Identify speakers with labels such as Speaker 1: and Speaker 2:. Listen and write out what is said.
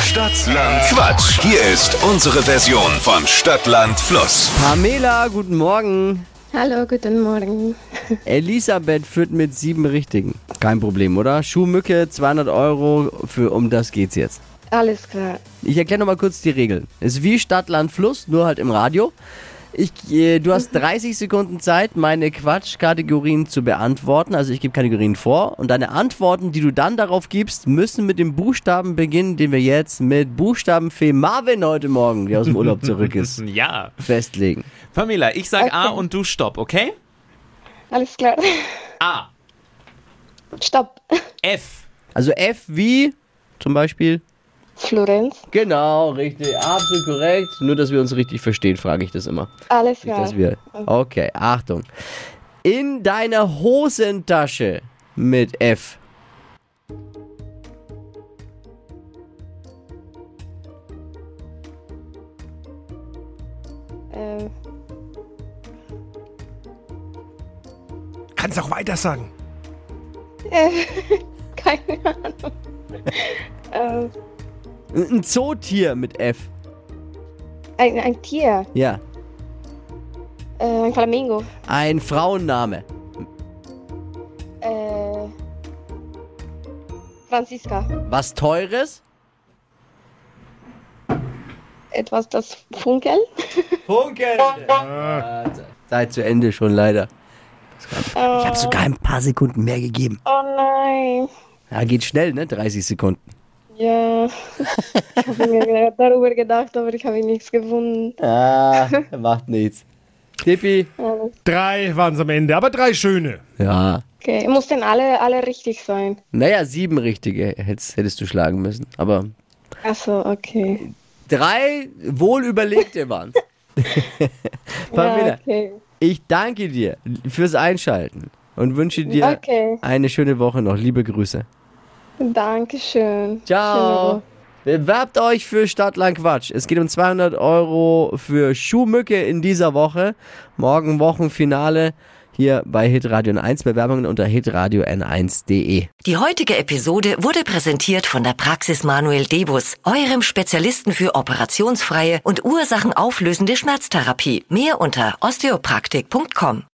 Speaker 1: Stadtland Quatsch. Hier ist unsere Version von Stadtland Fluss.
Speaker 2: Pamela, guten Morgen.
Speaker 3: Hallo, guten Morgen.
Speaker 2: Elisabeth führt mit sieben Richtigen. Kein Problem, oder? Schuhmücke, 200 Euro, für um das geht's jetzt.
Speaker 3: Alles klar.
Speaker 2: Ich erkläre nochmal kurz die Regeln. Es ist wie Stadt, Land, Fluss, nur halt im Radio. Ich, äh, du hast 30 Sekunden Zeit, meine Quatschkategorien zu beantworten. Also ich gebe Kategorien vor und deine Antworten, die du dann darauf gibst, müssen mit dem Buchstaben beginnen, den wir jetzt mit Buchstabenfee Marvin heute Morgen, der aus dem Urlaub zurück ist,
Speaker 4: Ja.
Speaker 2: festlegen.
Speaker 4: Pamela, ich sag A und du stopp, okay?
Speaker 3: Alles klar.
Speaker 4: A,
Speaker 3: Stopp.
Speaker 4: F,
Speaker 2: Also F wie zum Beispiel
Speaker 3: Florenz.
Speaker 2: Genau, richtig, absolut korrekt. Nur, dass wir uns richtig verstehen, frage ich das immer.
Speaker 3: Alles
Speaker 2: Nicht,
Speaker 3: klar.
Speaker 2: dass wir. Okay, Achtung. In deiner Hosentasche mit F.
Speaker 3: Ähm,
Speaker 5: Kannst auch weiter sagen.
Speaker 3: keine Ahnung. ähm,
Speaker 2: Ein Zootier mit F.
Speaker 3: ein, ein Tier.
Speaker 2: Ja.
Speaker 3: Äh, ein Flamingo.
Speaker 2: Ein Frauenname.
Speaker 3: Äh, Franziska.
Speaker 2: Was Teures?
Speaker 3: Etwas, das funkelt.
Speaker 2: Funken! Äh, Zeit zu Ende schon leider. Ich habe sogar ein paar Sekunden mehr gegeben.
Speaker 3: Äh, Oh nein.
Speaker 2: Ja, geht schnell, ne? 30 Sekunden.
Speaker 3: Ja. ich habe mir darüber gedacht, aber ich habe nichts gefunden.
Speaker 2: Ah, macht nichts. Tippi?
Speaker 5: Drei waren es am Ende, aber drei schöne.
Speaker 2: Ja.
Speaker 3: Okay, mussten alle, alle richtig sein.
Speaker 2: Naja, sieben richtige hättest, hättest du schlagen müssen. Aber
Speaker 3: Achso, okay.
Speaker 2: drei wohlüberlegte waren Pamela,
Speaker 3: Ja, okay.
Speaker 2: ich danke dir fürs Einschalten und wünsche dir
Speaker 3: Okay.
Speaker 2: eine schöne Woche noch. Liebe Grüße.
Speaker 3: Dankeschön.
Speaker 2: Ciao.
Speaker 3: Schöne
Speaker 2: Bewerbt euch für Stadtland Quatsch. Es geht um 200 Euro für Schuhmücke in dieser Woche. Morgen Wochenfinale hier bei Hitradio N1. Bewerbungen unter hitradio n1.de.
Speaker 6: Die heutige Episode wurde präsentiert von der Praxis Manuel Debus, eurem Spezialisten für operationsfreie und ursachenauflösende Schmerztherapie. Mehr unter osteopraktik.com.